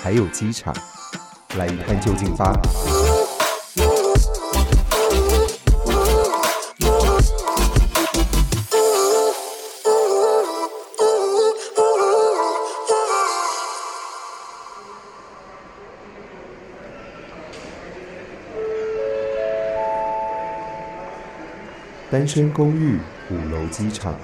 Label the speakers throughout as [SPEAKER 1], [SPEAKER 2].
[SPEAKER 1] 还有机场，来一探究竟吧。单身公寓五楼机场。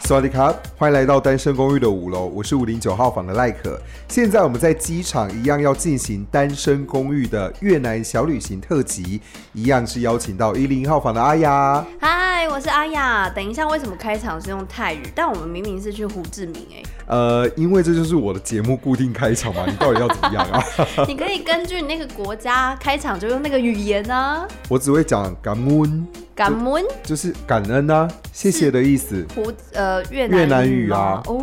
[SPEAKER 1] 萨瓦迪卡，欢迎来到单身公寓的五楼，我是五零九号房的赖可。现在我们在机场一样要进行单身公寓的越南小旅行特辑，一样是邀请到一零号房的阿雅。
[SPEAKER 2] 嗨，我是阿雅。等一下，为什么开场是用泰语？但我们明明是去胡志明 哎、
[SPEAKER 1] 呃，因为这就是我的节目固定开场嘛，你到底要怎么样啊？
[SPEAKER 2] 你可以根据你那个国家开场就用那个语言啊。
[SPEAKER 1] 我只会讲感恩，啊
[SPEAKER 2] 感恩
[SPEAKER 1] 就是感恩啊，谢谢的意思。
[SPEAKER 2] 胡呃越南
[SPEAKER 1] 越南语
[SPEAKER 2] 吗
[SPEAKER 1] 啊
[SPEAKER 2] 哦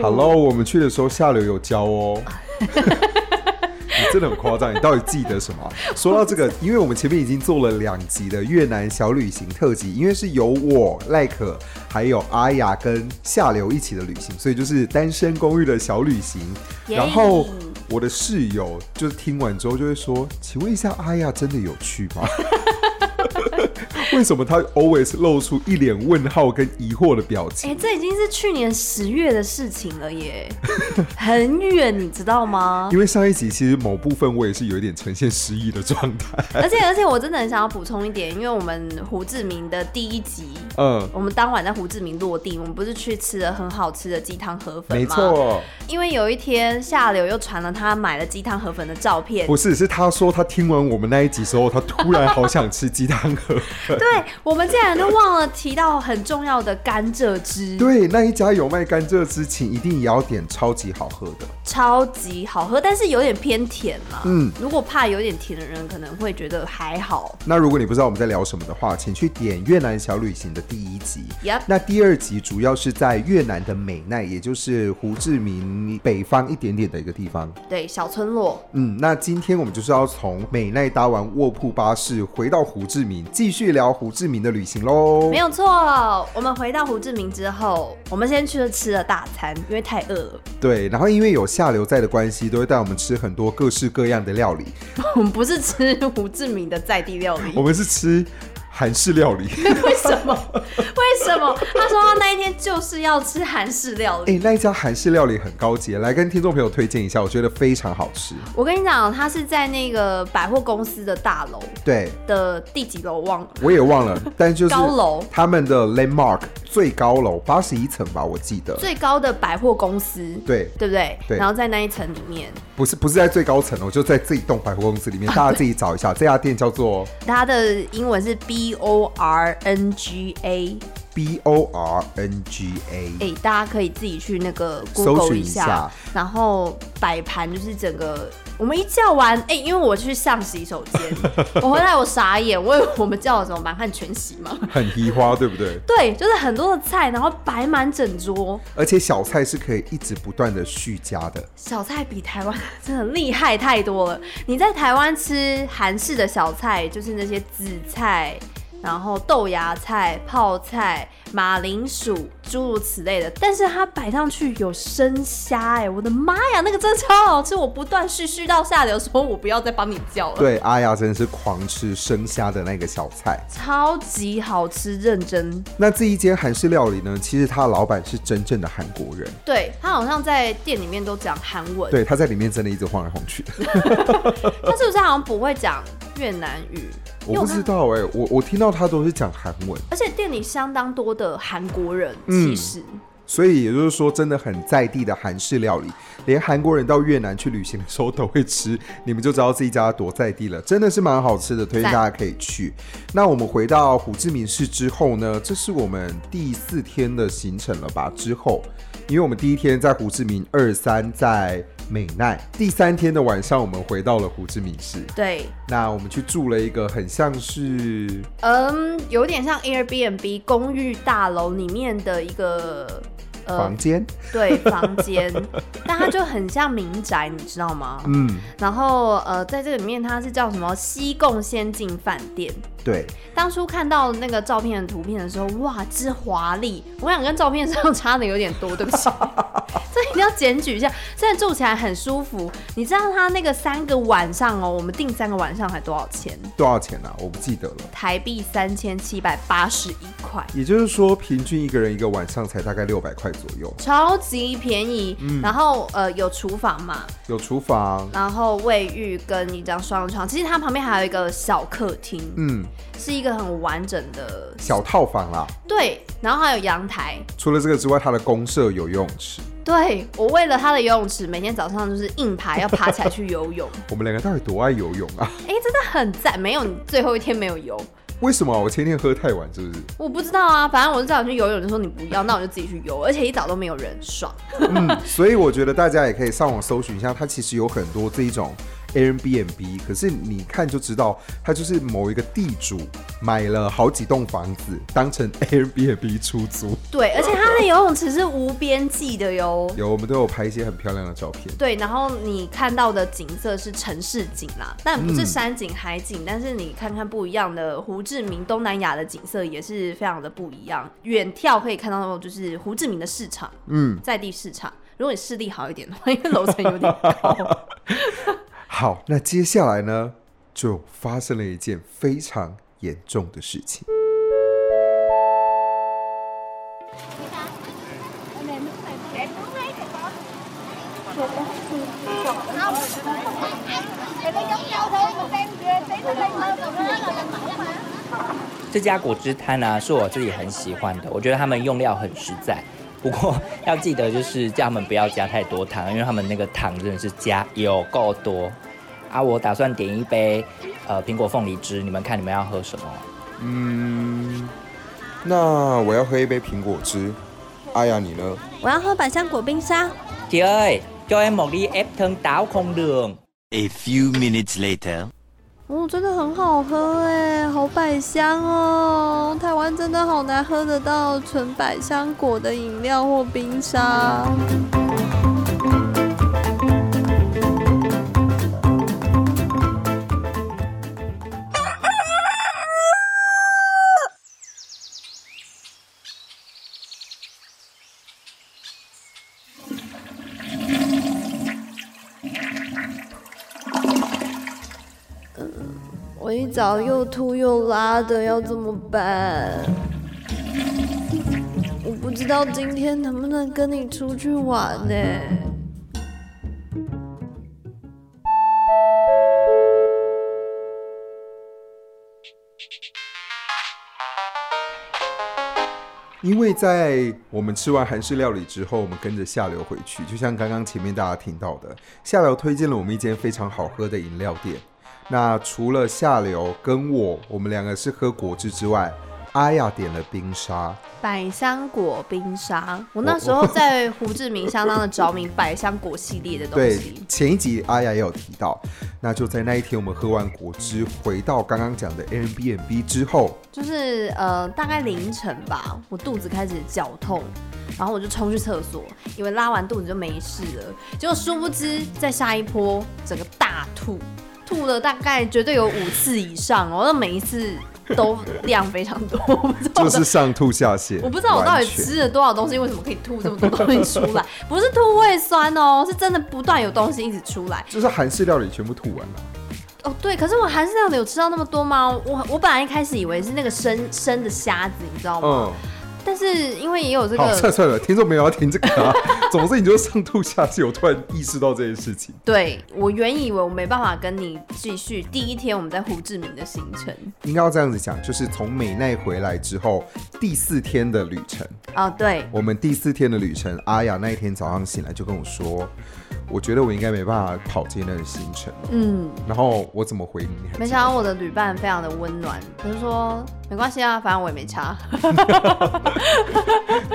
[SPEAKER 1] Hello，我们去的时候下流有教哦。 你真的很夸张，你到底记得什么啊？说到这个，因为我们前面已经做了两集的越南小旅行特辑，因为是由我赖可还有阿雅跟夏流一起的旅行，所以就是单身公寓的小旅行。
[SPEAKER 2] 耶
[SPEAKER 1] 然后我的室友就是听完之后就会说：“请问一下，阿雅真的有去吗？” 为什么他 always 露出一脸问号跟疑惑的表情
[SPEAKER 2] 哎、？这已经是去年十月的事情了耶， 很远，你知道吗？
[SPEAKER 1] 因为上一集其实某部分我也是有一点呈现失忆的状态，
[SPEAKER 2] 而且而且，我真的很想要补充一点，因为我们胡志明的第一集，
[SPEAKER 1] 嗯，
[SPEAKER 2] 我们当晚在胡志明落地，我们不是去吃了很好吃的鸡汤河粉吗？
[SPEAKER 1] 没，错，
[SPEAKER 2] 因为有一天下流又传了他买了鸡汤河粉的照片
[SPEAKER 1] 不，是是他说他听完我们那一集之后，他突然好想吃鸡汤河粉，
[SPEAKER 2] 对我们竟然都忘了提到很重要的甘蔗汁，
[SPEAKER 1] 对，那一家有卖甘蔗汁，请一定也要点超级好喝的，
[SPEAKER 2] 超级好喝，但是有点偏甜啦。
[SPEAKER 1] 嗯。
[SPEAKER 2] 如果怕有点甜的人，可能会觉得还好。
[SPEAKER 1] 那如果你不知道我们在聊什么的话，请去点越南小旅行的第一集。
[SPEAKER 2] Yep
[SPEAKER 1] 那第二集主要是在越南的美奈，也就是胡志明北方一点点的一个地方。
[SPEAKER 2] 对，小村落，
[SPEAKER 1] 嗯，那今天我们就是要从美奈搭完卧铺巴士回到胡志明，继续聊胡志明的旅行喽
[SPEAKER 2] 没。有错。我们回到胡志明之后，我们先去了吃了大餐，因为太饿了。
[SPEAKER 1] 对，然后因为有下流在的关系，都会带我们吃很多各式各样的料理。
[SPEAKER 2] 我们不是吃胡志明的在地料理
[SPEAKER 1] 我，们是吃韩式料理。
[SPEAKER 2] 为什么？为什么？他说他那一天就是要吃韩式料理。
[SPEAKER 1] 哎、那一家韩式料理很高级，来跟听众朋友推荐一下，我觉得非常好吃。
[SPEAKER 2] 我跟你讲，他是在那个百货公司的大楼
[SPEAKER 1] 对，
[SPEAKER 2] 的第几楼忘了。
[SPEAKER 1] 我也忘了，但就是
[SPEAKER 2] 高楼
[SPEAKER 1] 他们的 landmark 最高楼八十一层吧，我记得。
[SPEAKER 2] 最高的百货公司，
[SPEAKER 1] 对，
[SPEAKER 2] 对不对？
[SPEAKER 1] 对
[SPEAKER 2] 然后在那一层里面，
[SPEAKER 1] 不是不是在最高层哦，就在这一栋百货 公司里面，大家自己找一下。这家店叫做
[SPEAKER 2] 它的英文是 B O R N G A，
[SPEAKER 1] B O R N G A。
[SPEAKER 2] 哎，大家可以自己去那个
[SPEAKER 1] 搜
[SPEAKER 2] Google
[SPEAKER 1] 寻
[SPEAKER 2] 一
[SPEAKER 1] 一
[SPEAKER 2] 下，
[SPEAKER 1] 下
[SPEAKER 2] 然后摆盘就是整个。我们一叫完，哎、因为我去上洗手 间，我回来我傻眼，我以为我们叫了什么满汉全席嘛？
[SPEAKER 1] 很移花，对不对？
[SPEAKER 2] 对，就是很多的菜，然后摆满整桌，
[SPEAKER 1] 而且小菜是可以一直不断的续加的。
[SPEAKER 2] 小菜比台湾真的厉害太多了。你在台湾吃韩式的小菜，就是那些紫菜，然后豆芽菜、泡菜、马铃薯，诸如此类的。但是它摆上去有生虾，哎，我的妈呀，那个真的超好吃！我不断絮絮到下流，说我不要再帮你叫了。，
[SPEAKER 1] 对，阿雅真的是狂吃生虾的那个小菜。
[SPEAKER 2] 超级好吃，认真。
[SPEAKER 1] 那这一间韩式料理呢，其实它的老板是真正的韩国人，
[SPEAKER 2] 对他好像在店里面都讲韩文，
[SPEAKER 1] 对，他在里面真的一直晃来晃去。
[SPEAKER 2] 他是不是好像不会讲越南语？因为
[SPEAKER 1] 我不
[SPEAKER 2] 看
[SPEAKER 1] 知道哎、我我听到他都是讲韩文，
[SPEAKER 2] 而且店里相当多的韩国人，
[SPEAKER 1] 嗯
[SPEAKER 2] 其实、
[SPEAKER 1] 所以也就是说，真的很在地的韩式料理，连韩国人到越南去旅行的时候都会吃，你们就知道自己家多在地了，真的是蛮好吃的，推荐
[SPEAKER 2] 赞
[SPEAKER 1] 大家可以去。那我们回到胡志明市之后呢，这是我们第四天的行程了吧？之后，因为我们第一天在胡志明，二三在美奈，第三天的晚上我们回到了胡志明市，
[SPEAKER 2] 对，
[SPEAKER 1] 那我们去住了一个很像是
[SPEAKER 2] 嗯，有点像 Airbnb 公寓大楼里面的一个呃
[SPEAKER 1] 房，间，
[SPEAKER 2] 对房间， 但它就很像民宅，你知道吗？
[SPEAKER 1] 嗯，
[SPEAKER 2] 然后呃，在这里面它是叫什么西贡先进饭店。
[SPEAKER 1] 对，
[SPEAKER 2] 当初看到那个照片的图片的时候，哇，之华丽！我想跟照片上差的有点多，对不 起，这一定要检举一下。虽然住起来很舒服，你知道它那个三个晚上哦，我们订三个晚上才多少钱？
[SPEAKER 1] 多少钱啊？我不记得了。
[SPEAKER 2] 台币三千七百八十一块。
[SPEAKER 1] 也就是说，平均一个人一个晚上才大概六百块左右，
[SPEAKER 2] 超级便宜，
[SPEAKER 1] 嗯
[SPEAKER 2] 然后呃有厨房嘛，
[SPEAKER 1] 有厨房，
[SPEAKER 2] 然后卫浴跟一张双人床，其实它旁边还有一个小客厅，
[SPEAKER 1] 嗯，
[SPEAKER 2] 是一个很完整的
[SPEAKER 1] 小套房啦。
[SPEAKER 2] 对，然后还有阳台，
[SPEAKER 1] 除了这个之外，它的公社有游泳池。
[SPEAKER 2] 对我为了他的游泳池，每天早上就是硬爬，要爬起来去游 泳，
[SPEAKER 1] 我们两个到底多爱游泳啊？
[SPEAKER 2] 哎、真的很赞。没有你最后一天没有游，
[SPEAKER 1] 为什么啊我前天喝太晚，是不是？
[SPEAKER 2] 我不知道啊，反正我就叫你去游泳，就说你不要，那我就自己去游，而且一早都没有人，爽。
[SPEAKER 1] 嗯，所以我觉得大家也可以上网搜寻一下，它其实有很多这一种 Airbnb，可是你看就知道，它就是某一个地主买了好几栋房子，当成 Airbnb 出租。
[SPEAKER 2] 对，而且他的游泳池是无边际的哟。
[SPEAKER 1] 有，我们都有拍一些很漂亮的照片。
[SPEAKER 2] 对，然后你看到的景色是城市景啦，但不是山景、海景，但是你看看不一样的胡志明东南亚的景色也是非常的不一样。远眺可以看到就是胡志明的市场，
[SPEAKER 1] 嗯，
[SPEAKER 2] 在地市场。如果你视力好一点的话，因为楼层有点高，
[SPEAKER 1] 好，那接下来呢，就发生了一件非常严重的事情。
[SPEAKER 3] Thì nó giống nhau thôi, một tem kia, tí nó lên hơn, còn nó là lần mẫu mà.
[SPEAKER 4] 这家果汁摊啊，是我自己很喜欢的，我觉得他们用料很实在。不过要记得，就是叫他们不要加太多糖，因为他们那个糖真的是加有够多。啊，我打算点一杯呃苹果凤梨汁，你们看你们要喝什么？
[SPEAKER 1] 嗯，那我要喝一杯苹果汁。阿雅，你呢？
[SPEAKER 5] 我要喝百香果冰沙。
[SPEAKER 4] 姐儿，cho em một ly ép thân táo không đường。
[SPEAKER 6] A few minutes later.
[SPEAKER 5] 哦，真的很好喝哎，好百香哦！台湾真的好难喝得到纯百香果的饮料或冰沙。我一早又吐又拉的，要怎么办？我不知道今天能不能跟你出去玩呢、
[SPEAKER 1] 因为在我们吃完韩式料理之后，我们跟着下流回去，就像刚刚前面大家听到的，下流推荐了我们一间非常好喝的饮料店。那除了下流跟我，我们两个是喝果汁之外，阿雅点了冰沙。
[SPEAKER 2] 百香果冰沙。我那时候在胡志明相当的着迷百香果系列的东
[SPEAKER 1] 对
[SPEAKER 2] 西，。
[SPEAKER 1] 前一集阿雅也有提到，那就在那一天我们喝完果汁，回到刚刚讲的 Airbnb 之后，
[SPEAKER 2] 就是呃，大概凌晨吧，我肚子开始绞痛，然后我就冲去厕所，以为拉完肚子就没事了，结果殊不知在下一波整个大吐，吐了大概绝对有五次以上哦，那每一次都量非常多，我不知哦道我
[SPEAKER 1] 就
[SPEAKER 2] 的
[SPEAKER 1] 是上吐下泻。
[SPEAKER 2] 我不知道我到底
[SPEAKER 1] 完全
[SPEAKER 2] 吃了多少东西，为什么可以吐这么多东西出来？不是吐胃酸哦，是真的不断有东西一直出来。
[SPEAKER 1] 就是韩式料理全部吐完了。
[SPEAKER 2] 哦，对，可是我韩式料理有吃到那么多吗？我我本来一开始以为是那个生生的虾子，你知道吗？
[SPEAKER 1] 嗯，
[SPEAKER 2] 哦但是因为也有这
[SPEAKER 1] 好，算了
[SPEAKER 2] 个，
[SPEAKER 1] 算了，听众没有要听这个、啊， 总之，你就上吐下泻。我突然意识到这件事情。
[SPEAKER 2] 对我原以为我没办法跟你继续第一天我们在胡志明的行程
[SPEAKER 1] 应该要这样子讲，就是从美奈回来之后第四天的旅程，
[SPEAKER 2] 哦，对，
[SPEAKER 1] 我们第四天的旅程，阿雅那一天早上醒来就跟我说，我觉得我应该没办法跑今天的行程。
[SPEAKER 2] 嗯，
[SPEAKER 1] 然后我怎么回你？你还记得
[SPEAKER 2] 没想到我的旅伴非常的温暖，他就说没关系啊，反正我也没差。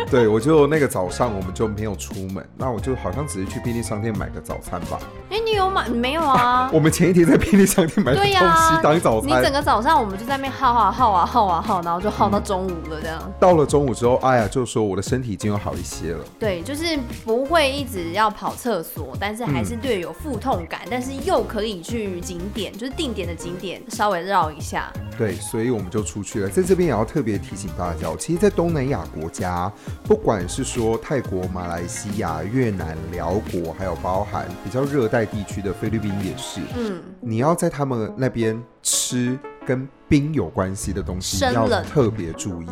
[SPEAKER 1] 对，我就那个早上我们就没有出门，那我就好像只是去便利商店买个早餐吧。
[SPEAKER 2] 哎、你有买？你没有啊？
[SPEAKER 1] 我们前一天在便利商店买的东
[SPEAKER 2] 对
[SPEAKER 1] 西、
[SPEAKER 2] 呀、
[SPEAKER 1] 当早
[SPEAKER 2] 你整
[SPEAKER 1] 餐，
[SPEAKER 2] 个早上我们就在那边耗啊耗啊耗啊耗，然后就耗到中午了这样。
[SPEAKER 1] 到了中午之后，阿雅就说我的身体已经有好一些了。
[SPEAKER 2] 对，就是不会一直要跑厕所，但是还是略有腹痛感，但是又可以去景点，就是定点的景点稍微绕一下。
[SPEAKER 1] 对，所以我们就出去了。在这边也要特别提醒大家哦，其实，在东南亚国家，不管是说泰国、马来西亚、越南、辽国，还有包含比较热带地区的菲律宾也是，
[SPEAKER 2] 嗯，
[SPEAKER 1] 你要在他们那边吃跟冰有关系的东西，
[SPEAKER 2] 生
[SPEAKER 1] 要
[SPEAKER 2] 冷
[SPEAKER 1] 特别注意。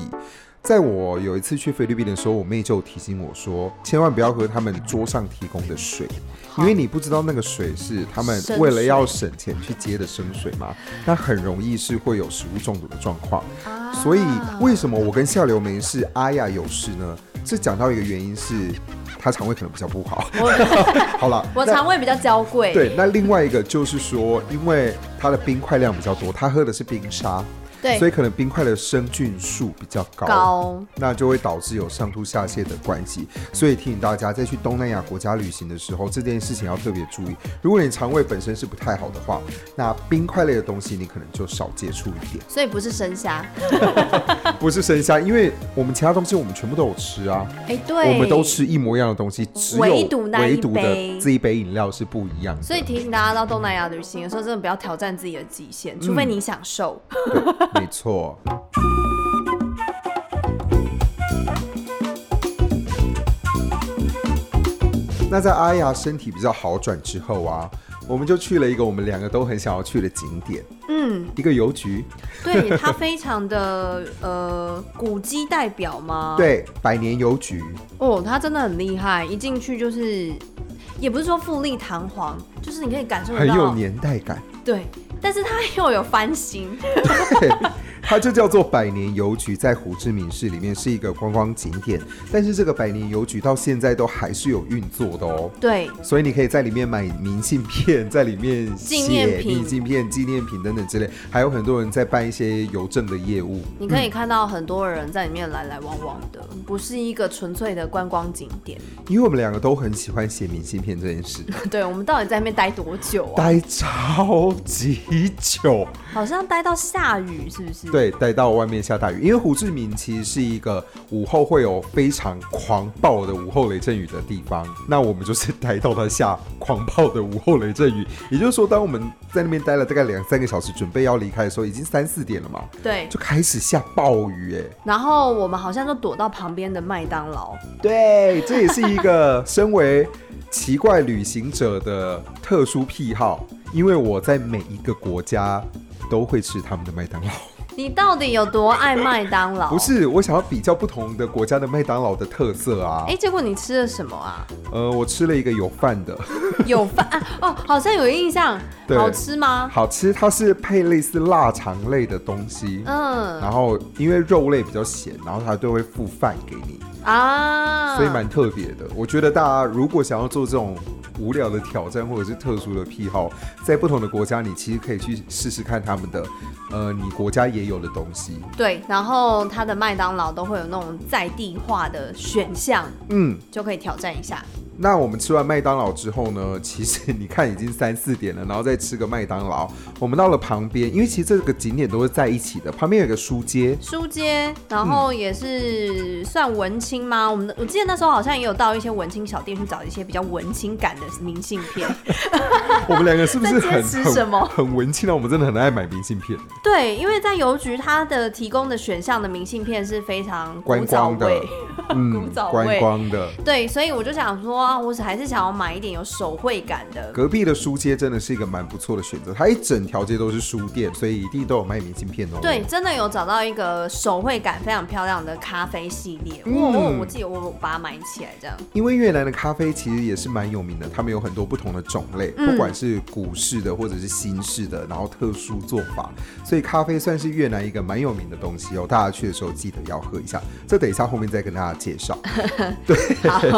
[SPEAKER 1] 在我有一次去菲律宾的时候，我妹就有提醒我说，千万不要喝他们桌上提供的水，因为你不知道那个水是他们
[SPEAKER 2] 生
[SPEAKER 1] 为了
[SPEAKER 2] 水
[SPEAKER 1] 要省钱去接的生水嘛，那很容易是会有食物中毒的状况。
[SPEAKER 2] 啊
[SPEAKER 1] 所以为什么我跟下流没事，阿雅有事呢？这讲到一个原因是，她肠胃可能比较不好。 好了，
[SPEAKER 2] 我
[SPEAKER 1] 那
[SPEAKER 2] 肠胃比较娇贵。
[SPEAKER 1] 对，那另外一个就是说，因为它的冰块量比较多，它喝的是冰沙，
[SPEAKER 2] 对
[SPEAKER 1] 所以可能冰块的生菌数比较高，
[SPEAKER 2] 高
[SPEAKER 1] 那就会导致有上吐下泻的关系。所以提醒大家，在去东南亚国家旅行的时候，这件事情要特别注意。如果你肠胃本身是不太好的话，那冰块类的东西你可能就少接触一 点。
[SPEAKER 2] 所以不是生虾。
[SPEAKER 1] 不是生虾，因为我们其他东西我们全部都有吃啊，
[SPEAKER 2] 哎、对，
[SPEAKER 1] 我们都。吃一模一样的东西，只有
[SPEAKER 2] 唯独那一
[SPEAKER 1] 唯独的
[SPEAKER 2] 杯
[SPEAKER 1] 这一杯饮料是不一样的。
[SPEAKER 2] 所以提醒大家到东南亚旅行的时候，真的不要挑战自己的极限，除非你想瘦。
[SPEAKER 1] 没错。那在阿雅身体比较好转之后啊，我们就去了一个我们两个都很想要去的景点，
[SPEAKER 2] 嗯，
[SPEAKER 1] 一个邮局，
[SPEAKER 2] 对，它非常的呃古迹代表吗？，
[SPEAKER 1] 对，百年邮局。
[SPEAKER 2] 哦，它真的很厉害，一进去就是。也不是说富丽堂皇，就是你可以感受得
[SPEAKER 1] 很
[SPEAKER 2] 到，
[SPEAKER 1] 有年代感，
[SPEAKER 2] 对，但是它又有翻新，
[SPEAKER 1] 对， 它就叫做百年邮局，在胡志明市里面是一个观光景点，但是这个百年邮局到现在都还是有运作的哦。
[SPEAKER 2] 对，
[SPEAKER 1] 所以你可以在里面买明信片， 在里面写
[SPEAKER 2] 纪念品
[SPEAKER 1] 明信片、纪念品等等之类，还有很多人在办一些邮政的业务。
[SPEAKER 2] 你可以看到很多人在里面来来往往的，不是一个纯粹的观光景点。
[SPEAKER 1] 因为我们两个都很喜欢写明信片这件事，
[SPEAKER 2] 对，我们到底在那边待多久啊？
[SPEAKER 1] 待超级久，
[SPEAKER 2] 好像待到下雨，是不是？，
[SPEAKER 1] 对，待到外面下大雨。因为胡志明其实是一个午后会有非常狂暴的午后雷阵雨的地方，那我们就是待到它下狂暴的午后雷阵雨。也就是说，当我们在那边待了大概两三个小时，准备要离开的时候，已经三四点了嘛，
[SPEAKER 2] 对。
[SPEAKER 1] 就开始下暴雨哎、
[SPEAKER 2] 然后我们好像就躲到旁边的麦当劳，
[SPEAKER 1] 对，这也是一个 身为奇怪旅行者的特殊癖好，因为我在每一个国家都会吃他们的麦当劳。
[SPEAKER 2] 你到底有多爱麦当劳？
[SPEAKER 1] 不，是，我想要比较不同的国家的麦当劳的特色啊
[SPEAKER 2] 哎、。结果你吃了什么啊？
[SPEAKER 1] 呃，我吃了一个有饭的，
[SPEAKER 2] 有饭、啊、哦，好像有印象，
[SPEAKER 1] 对
[SPEAKER 2] 好吃吗？
[SPEAKER 1] 好吃，它是配类似腊肠类的东西。然
[SPEAKER 2] 嗯
[SPEAKER 1] 后因为肉类比较咸，然后它就会附饭给你，
[SPEAKER 2] 啊，
[SPEAKER 1] 所以蛮特别的。我觉得大家如果想要做这种无聊的挑战或者是特殊的癖好，在不同的国家，你其实可以去试试看他们的，呃，你国家也有的东西。
[SPEAKER 2] 对。然后它的麦当劳都会有那种在地化的选项，
[SPEAKER 1] 嗯，
[SPEAKER 2] 就可以挑战一下。
[SPEAKER 1] 那我们吃完麦当劳之后呢， 其实你看已经三四点了，然后再吃个麦当劳。我们到了旁边，因为其实这个景点都是在一起的，旁边有个书 街，
[SPEAKER 2] 书街，然后
[SPEAKER 1] 嗯
[SPEAKER 2] 也是算文青吗？我们的我记得那时候好像也有到一些文青小店去找一些比较文青感的明信 片。
[SPEAKER 1] 我们两个是不是
[SPEAKER 2] 在
[SPEAKER 1] 很
[SPEAKER 2] 街吃什么
[SPEAKER 1] 很很文青啊？我们真的很爱买明信片。
[SPEAKER 2] 对，因为在邮局它的提供的选项的明信片是非常古
[SPEAKER 1] 观
[SPEAKER 2] 早
[SPEAKER 1] 光的
[SPEAKER 2] 味，
[SPEAKER 1] 嗯
[SPEAKER 2] 古早味
[SPEAKER 1] 观光的，
[SPEAKER 2] 对，所以我就想说，啊，我还是想要买一点有手绘感的。
[SPEAKER 1] 隔壁的书街真的是一个蛮不错的选择，它一整条街都是书店，所以一定都有卖明信片哦。
[SPEAKER 2] 对，，真的有找到一个手绘感非常漂亮的咖啡系列，我、
[SPEAKER 1] 嗯
[SPEAKER 2] 我我记得我把它买起来这样。
[SPEAKER 1] 因为越南的咖啡其实也是蛮有名的，他们有很多不同的种类，
[SPEAKER 2] 嗯
[SPEAKER 1] 不管是古式的或者是新式的，然后特殊做法，所以咖啡算是越南一个蛮有名的东西哦。大家去的时候记得要喝一下，这等一下后面再跟大家介 绍。对，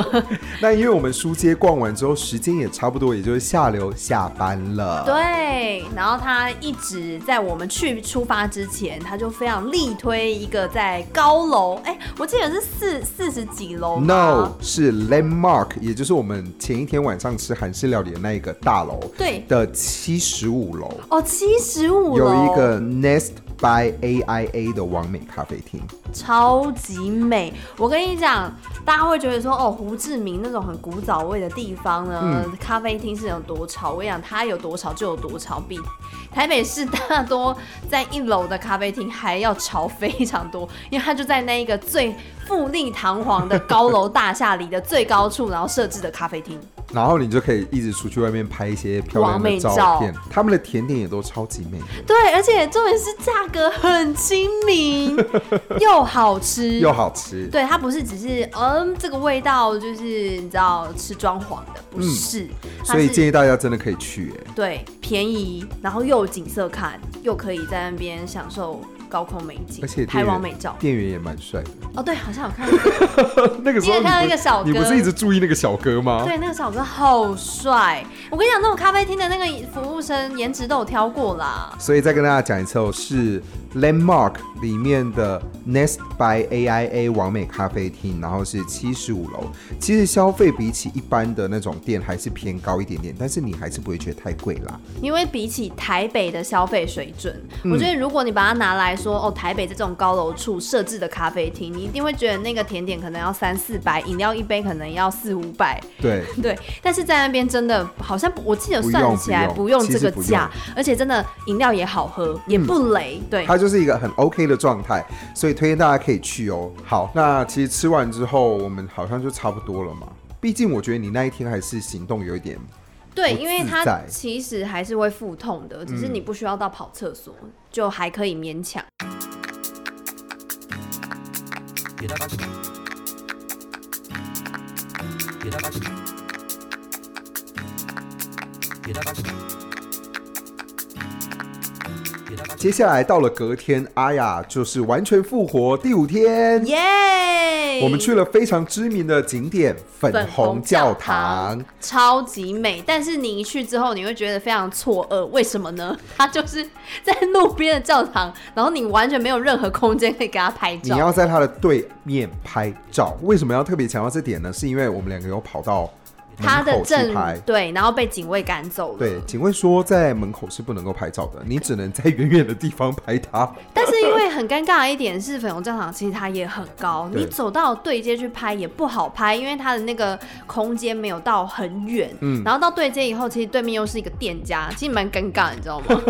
[SPEAKER 1] 那因为我们书街逛完之后，时间也差不多，也就是下流下班了。。
[SPEAKER 2] 对，然后他一直在我们去出发之前，他就非常力推一个在高楼，哎，我记得是四四十几楼吗
[SPEAKER 1] No，是 Landmark，也就是我们前一天晚上吃韩式料理的那一个大楼
[SPEAKER 2] 对，
[SPEAKER 1] 的七十五楼。
[SPEAKER 2] 哦，七十五
[SPEAKER 1] 有
[SPEAKER 2] 楼，
[SPEAKER 1] 一个 Nest by AIA 的完美咖啡厅，
[SPEAKER 2] 超级美。我跟你讲，大家会觉得说，哦，胡志明那种很古早味的地方呢，
[SPEAKER 1] 嗯
[SPEAKER 2] 咖啡厅是有多吵。我跟你讲，它有多吵就有多吵，比 台北市大多在一楼的咖啡厅还要吵非常多，因为它就在那一个最富丽堂皇的高楼大厦里的最高处，然后设置的咖啡厅。
[SPEAKER 1] 然后你就可以一直出去外面拍一些漂亮
[SPEAKER 2] 完美
[SPEAKER 1] 的
[SPEAKER 2] 照
[SPEAKER 1] 照片。他们的甜点也都超级美的，
[SPEAKER 2] 对，而且重点是价格很亲 民，又好吃，
[SPEAKER 1] 又好吃。
[SPEAKER 2] 对，它不是只是嗯，这个味道就是你知道吃装潢的，不是，它
[SPEAKER 1] 嗯所以
[SPEAKER 2] 是
[SPEAKER 1] 建议大家真的可以去、哎，
[SPEAKER 2] 对便宜，然后又有景色看，又可以在那边享受高空美景，
[SPEAKER 1] 而且店
[SPEAKER 2] 拍
[SPEAKER 1] 员
[SPEAKER 2] 完美照。
[SPEAKER 1] 店员也蛮帅 的。
[SPEAKER 2] 哦，对，好像有 看过，
[SPEAKER 1] 那个时
[SPEAKER 2] 记
[SPEAKER 1] 候
[SPEAKER 2] 得看到一个小哥
[SPEAKER 1] 你不是一直注意那个小哥吗？
[SPEAKER 2] 对，那个小哥好帅。我跟你讲，那种咖啡厅的那个服务生颜值都有挑过啦。
[SPEAKER 1] 所以再跟大家讲一次哦，是 Landmark 里面的 Nest by AIA 完美咖啡厅，然后是七十五楼。其实消费比起一般的那种店还是偏高一点点，但是你还是不会觉得太贵啦。
[SPEAKER 2] 因为比起台北的消费水准，
[SPEAKER 1] 嗯
[SPEAKER 2] 我觉得如果你把它拿来说，哦，台北这种高楼处设置的咖啡厅，你一定会觉得那个甜点可能要三四百，饮料一杯可能要四五百，
[SPEAKER 1] 对，
[SPEAKER 2] 对，但是在那边真的好像不我记得
[SPEAKER 1] 不
[SPEAKER 2] 算
[SPEAKER 1] 用
[SPEAKER 2] 起来
[SPEAKER 1] 不用
[SPEAKER 2] 不用
[SPEAKER 1] 其
[SPEAKER 2] 这
[SPEAKER 1] 实
[SPEAKER 2] 个
[SPEAKER 1] 不用
[SPEAKER 2] 价，而且真的饮料也好喝，也不雷。对，
[SPEAKER 1] 嗯它就是一个很 OK 的状态，所以推荐大家可以去哦。好，那其实吃完之后，我们好像就差不多了嘛。毕竟我觉得你那一天还是行动有一点，
[SPEAKER 2] 对，
[SPEAKER 1] 不
[SPEAKER 2] 因为
[SPEAKER 1] 自
[SPEAKER 2] 它
[SPEAKER 1] 在嗯
[SPEAKER 2] 其实还是会腹痛的，只是你不需要到跑厕所，就还可以勉强。
[SPEAKER 1] 接下来到了隔天，阿雅就是完全复活第五天。
[SPEAKER 2] 耶、
[SPEAKER 1] 我们去了非常知名的景点粉
[SPEAKER 2] 粉红
[SPEAKER 1] 红教
[SPEAKER 2] 教
[SPEAKER 1] 堂
[SPEAKER 2] 堂，，超级美。但是你一去之后，你会觉得非常错愕，为什么呢？ 它就是在路边的教堂，然后你完全没有任何空间可以给它拍
[SPEAKER 1] 你
[SPEAKER 2] 照。
[SPEAKER 1] 要在它的对面拍照。为什么要特别强调这点呢？是因为我们两个有跑到
[SPEAKER 2] 它
[SPEAKER 1] 门
[SPEAKER 2] 的
[SPEAKER 1] 口去
[SPEAKER 2] 正
[SPEAKER 1] 拍。
[SPEAKER 2] 对，然后被警卫赶走了。
[SPEAKER 1] 对，警卫说在门口是不能够拍照的，你只能在远远的地方拍它。
[SPEAKER 2] 但是因为很尴尬的一点是，粉红教堂其实它也很高，
[SPEAKER 1] 对
[SPEAKER 2] 你走到对街去拍也不好拍，因为它的那个空间没有到很远。
[SPEAKER 1] 嗯
[SPEAKER 2] 然后到对街以后，其实对面又是一个店家，其实蛮尴尬，你知道 吗？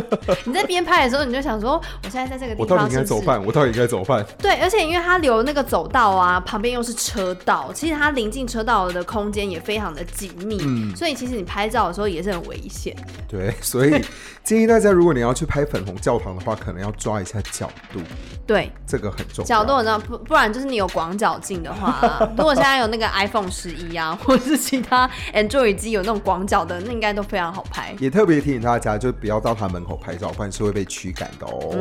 [SPEAKER 2] 你在边拍的时候，你就想说，我现在在这个
[SPEAKER 1] 我
[SPEAKER 2] 地
[SPEAKER 1] 到底
[SPEAKER 2] 方
[SPEAKER 1] 应
[SPEAKER 2] 是
[SPEAKER 1] 该
[SPEAKER 2] 不
[SPEAKER 1] 走
[SPEAKER 2] 是？
[SPEAKER 1] 饭？我到底应该走饭？
[SPEAKER 2] 对，而且因为它留那个走道啊，旁边又是车道，其实它临近车道的空间也非常的紧密，
[SPEAKER 1] 嗯
[SPEAKER 2] 所以其实你拍照的时候也是很危险。
[SPEAKER 1] 对，所以建议大家，如果你要去拍粉红教堂的话，可能要抓一下角度，
[SPEAKER 2] 对，
[SPEAKER 1] 这个很重要。
[SPEAKER 2] 角度呢？不不然就是你有广角镜的话、 如果现在有那个 iPhone 十一啊，或者是其他 Android 机有那种广角的，那应该都非常好拍。
[SPEAKER 1] 也特别提醒大家，就不要到他门口拍照，不然是会被驱赶的哦。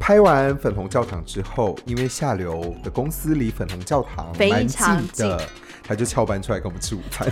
[SPEAKER 1] 拍完粉红教堂之后，因为下流的公司离粉红教堂
[SPEAKER 2] 非
[SPEAKER 1] 蛮
[SPEAKER 2] 常
[SPEAKER 1] 的，他就翘班出来跟我们吃午餐。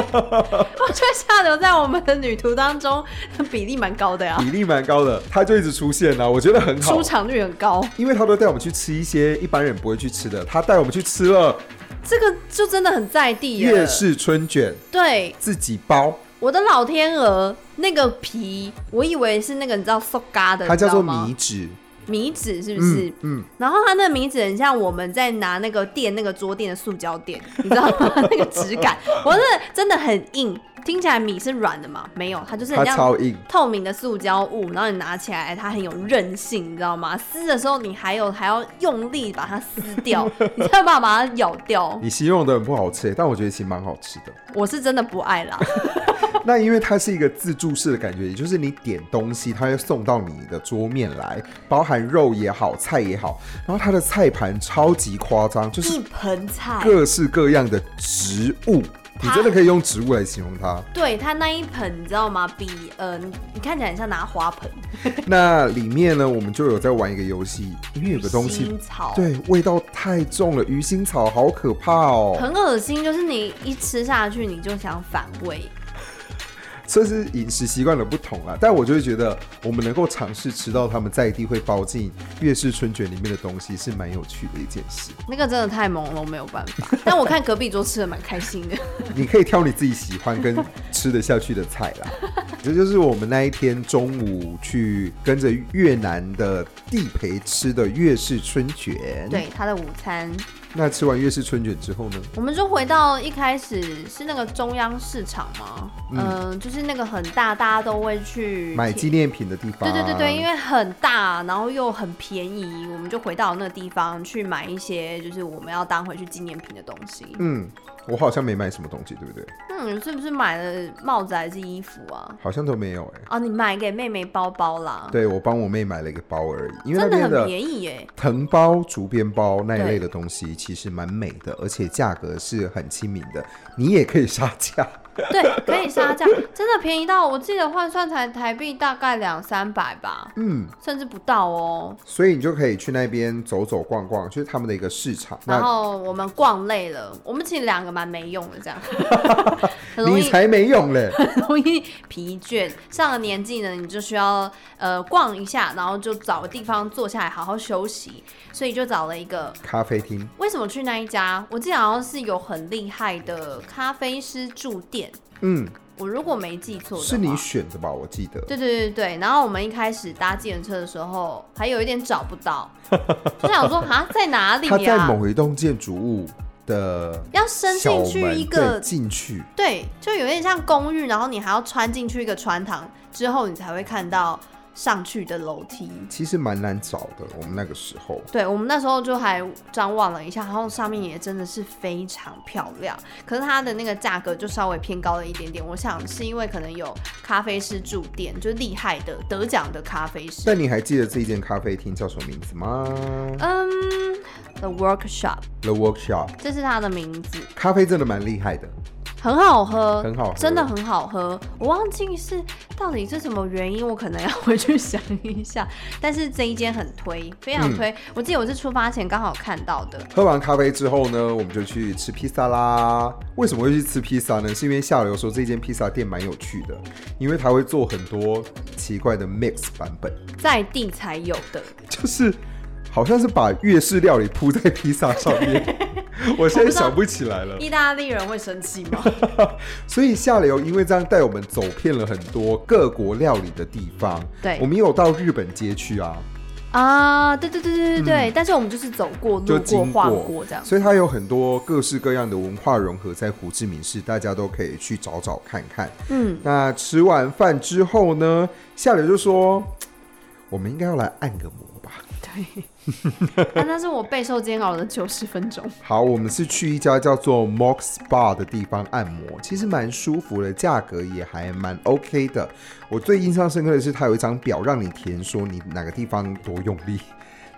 [SPEAKER 2] 我觉得下流在我们的女图当中比例蛮高的呀、
[SPEAKER 1] 比例蛮高的，他就一直出现啊，我觉得很好
[SPEAKER 2] 出，场率很高，
[SPEAKER 1] 因为他都带我们去吃一些一般人不会去吃的，他带我们去吃了
[SPEAKER 2] 这个就真的很在地耶。
[SPEAKER 1] 粤式春卷，
[SPEAKER 2] 对，
[SPEAKER 1] 自己包，
[SPEAKER 2] 我的老天鹅那个皮，我以为是那个你知道 so 嘎的，
[SPEAKER 1] 它叫做
[SPEAKER 2] 你知道吗
[SPEAKER 1] 米纸，
[SPEAKER 2] 米纸是不是？
[SPEAKER 1] 嗯嗯，
[SPEAKER 2] 然后它那个米纸很像我们在拿那个垫那个桌垫的塑胶垫，你知道 吗？那个质感，我真的真的很硬。听起来米是软的嘛？没有，它就是很
[SPEAKER 1] 它
[SPEAKER 2] 像
[SPEAKER 1] 超硬，
[SPEAKER 2] 透明的塑胶物，然后你拿起来哎它很有韧性，你知道吗？撕的时候你还有还要用力把它撕 掉，你才有办法把它咬掉。
[SPEAKER 1] 你形容的很不好吃，但我觉得其实蛮好吃的。
[SPEAKER 2] 我是真的不爱 啦，
[SPEAKER 1] 那因为它是一个自助式的感觉，也就是你点东西，它会送到你的桌面来，包含肉也好，菜也好，然后它的菜盘超级夸张，就是嗯
[SPEAKER 2] 一盆菜，
[SPEAKER 1] 各式各样的植物，你真的可以用植物来形容它。
[SPEAKER 2] 对它那一盆你知道吗？比呃，你你看起来很像拿花盆，
[SPEAKER 1] 那里面呢，我们就有在玩一个游戏，因为有个东西
[SPEAKER 2] 青，草，
[SPEAKER 1] 对，味道太重了，鱼腥草好可怕哦，
[SPEAKER 2] 很恶心，就是你一吃下去你就想反胃。
[SPEAKER 1] 这是饮食习惯的不同啦。但我就会觉得，我们能够尝试吃到他们在地会包进粤式春卷里面的东西，是蛮有趣的一件事。
[SPEAKER 2] 那个真的太萌了，我没有办 法。但我看隔壁桌吃的蛮开心的，
[SPEAKER 1] 你可以挑你自己喜欢跟吃得下去的菜啦。 这就是我们那一天中午去跟着越南的地陪吃的粤式春卷。
[SPEAKER 2] 对，他的午餐，
[SPEAKER 1] 那吃完粤式春卷之后呢？
[SPEAKER 2] 我们就回到一开始是那个中央市场吗？嗯、就是那个很大，大家都会去
[SPEAKER 1] 买纪。念品的地方。
[SPEAKER 2] 对对对对，因为很大，然后又很便宜，我们就回到那个地方去买一些，就是我们要当回去纪念品的东西。
[SPEAKER 1] 嗯，我好像没买什么东西，对不对？
[SPEAKER 2] 嗯，是不是买了帽子还是衣服啊？
[SPEAKER 1] 好像都没有哎、
[SPEAKER 2] 哦，你买给妹妹包包啦，
[SPEAKER 1] 对我帮我妹买了一个包而已，因为那
[SPEAKER 2] 真的
[SPEAKER 1] 边
[SPEAKER 2] 很
[SPEAKER 1] 的
[SPEAKER 2] 便宜耶。
[SPEAKER 1] 藤包、竹编包那一
[SPEAKER 2] 对
[SPEAKER 1] 类的东西其实蛮美的，而且价格是很亲民的，你也可以杀价。
[SPEAKER 2] 对，可以杀价， 真的便宜到我记得换算才台币大概两三百吧，
[SPEAKER 1] 嗯，
[SPEAKER 2] 甚至不到哦。
[SPEAKER 1] 所以你就可以去那边走走逛逛，就是他们的一个市场。
[SPEAKER 2] 然
[SPEAKER 1] 那
[SPEAKER 2] 后我们逛累了，我们其实两个蛮没用的， 这样很容
[SPEAKER 1] 你
[SPEAKER 2] 易
[SPEAKER 1] 才没用 嘞！
[SPEAKER 2] 很容易疲倦。上了年纪呢，你就需要呃逛一下，然后就找个地方坐下来好好休息，所以就找了一个。
[SPEAKER 1] 咖啡厅
[SPEAKER 2] 为什么去那一家？我记得好像是有很厉害的咖啡师驻店，
[SPEAKER 1] 嗯，
[SPEAKER 2] 我如果没记错的话，
[SPEAKER 1] 是你选的吧？我记得。
[SPEAKER 2] 对对对对，然后我们一开始搭计程车的时候，还有一点找不 到，就想说啊，在哪里
[SPEAKER 1] 它在
[SPEAKER 2] 呀、
[SPEAKER 1] 某一栋建筑物的
[SPEAKER 2] 要伸
[SPEAKER 1] 小
[SPEAKER 2] 进
[SPEAKER 1] 门，
[SPEAKER 2] 去一
[SPEAKER 1] 对
[SPEAKER 2] 个，
[SPEAKER 1] 进去，
[SPEAKER 2] 对，就有点像公寓，然后你还要穿进去一个穿堂之后，你才会看到上去的楼梯。
[SPEAKER 1] 其实蛮难找的。我们那个时候，
[SPEAKER 2] 对我们那时候就还张望了一下，然后上面也真的是非常漂亮，可是它的那个价格就稍微偏高了一点点。我想是因为可能有咖啡师驻店，就是厉害的得奖的咖啡师。
[SPEAKER 1] 但你还记得这一间咖啡厅叫什么名字吗
[SPEAKER 2] 嗯，The Workshop。
[SPEAKER 1] ？The Workshop。
[SPEAKER 2] 这是它的名字，
[SPEAKER 1] 咖啡真的蛮厉害的，
[SPEAKER 2] 很好喝，
[SPEAKER 1] 很好喝
[SPEAKER 2] 真的很好喝。我忘记是到底是什么原因，我可能要 回去想一下。但是这一间很推，非常
[SPEAKER 1] 嗯
[SPEAKER 2] 推。我记得我是出发前刚好看到的，
[SPEAKER 1] 喝完咖啡之后呢，我们就去吃披萨啦。为什么会去吃披萨呢？是因为下流说这间披萨店蛮有趣的，因为它会做很多奇怪的 mix 版本，
[SPEAKER 2] 在地才有的。
[SPEAKER 1] 就是好像是把粤式料理铺在披萨上面。 我现在想不起 来了。
[SPEAKER 2] 意大利人会生气吗？
[SPEAKER 1] 所以下流因为这样带我们走遍了很多各国料理的地方。
[SPEAKER 2] 对
[SPEAKER 1] 我们也有到日本街区啊，
[SPEAKER 2] 啊，对对对对对对。但是我们就是走过、
[SPEAKER 1] 就
[SPEAKER 2] 路过、
[SPEAKER 1] 经
[SPEAKER 2] 晃过这样。
[SPEAKER 1] 所以它有很多各式各样的文化融合在胡志明市，大家都可以去找找看看。
[SPEAKER 2] 嗯，
[SPEAKER 1] 那吃完饭之后呢，夏柳就说：“我们应该要来按个摩吧。
[SPEAKER 2] 但那是我备受煎熬的九十分 钟。”
[SPEAKER 1] 好，我们是去一家叫做 Mox Spa 的地方按摩，其实蛮舒服的，价格也还蛮 OK 的。我最印象深刻的是，它有一张表让你填，说你哪个地方多用力，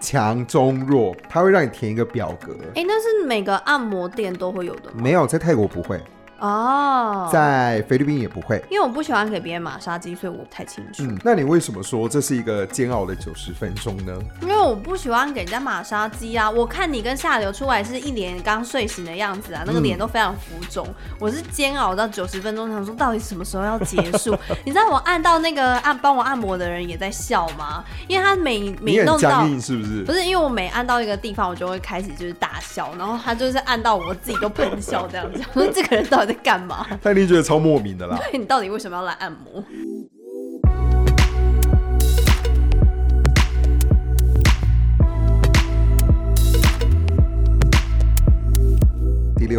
[SPEAKER 1] 强中弱，它会让你填一个表格。
[SPEAKER 2] 哎、那是每个按摩店都会有的吗？
[SPEAKER 1] 没有，在泰国不会，
[SPEAKER 2] 哦，
[SPEAKER 1] 在菲律宾也不会。
[SPEAKER 2] 因为我不喜欢给别人马杀鸡，所以我不太清楚。
[SPEAKER 1] 嗯，那你为什么说这是一个煎熬的九十分钟呢？
[SPEAKER 2] 因为我不喜欢给人家马杀鸡啊！我看你跟下流出来是一脸刚睡醒的样子啊，那个脸都非常浮肿。我是煎熬到九十分钟，想说到底什么时候要结束？ 你知道我按到那个按帮我按摩的人也在笑吗？因为他每
[SPEAKER 1] 你
[SPEAKER 2] 每
[SPEAKER 1] 很
[SPEAKER 2] 弄到
[SPEAKER 1] 僵硬是不是？
[SPEAKER 2] 不是因为我每按到一个地方，我就会开始就是大笑，然后他就是按到我自己都喷笑这样子。 我说这个人到底在干嘛？
[SPEAKER 1] 但你觉得超莫名的啦。
[SPEAKER 2] 你到底为什么要来按摩？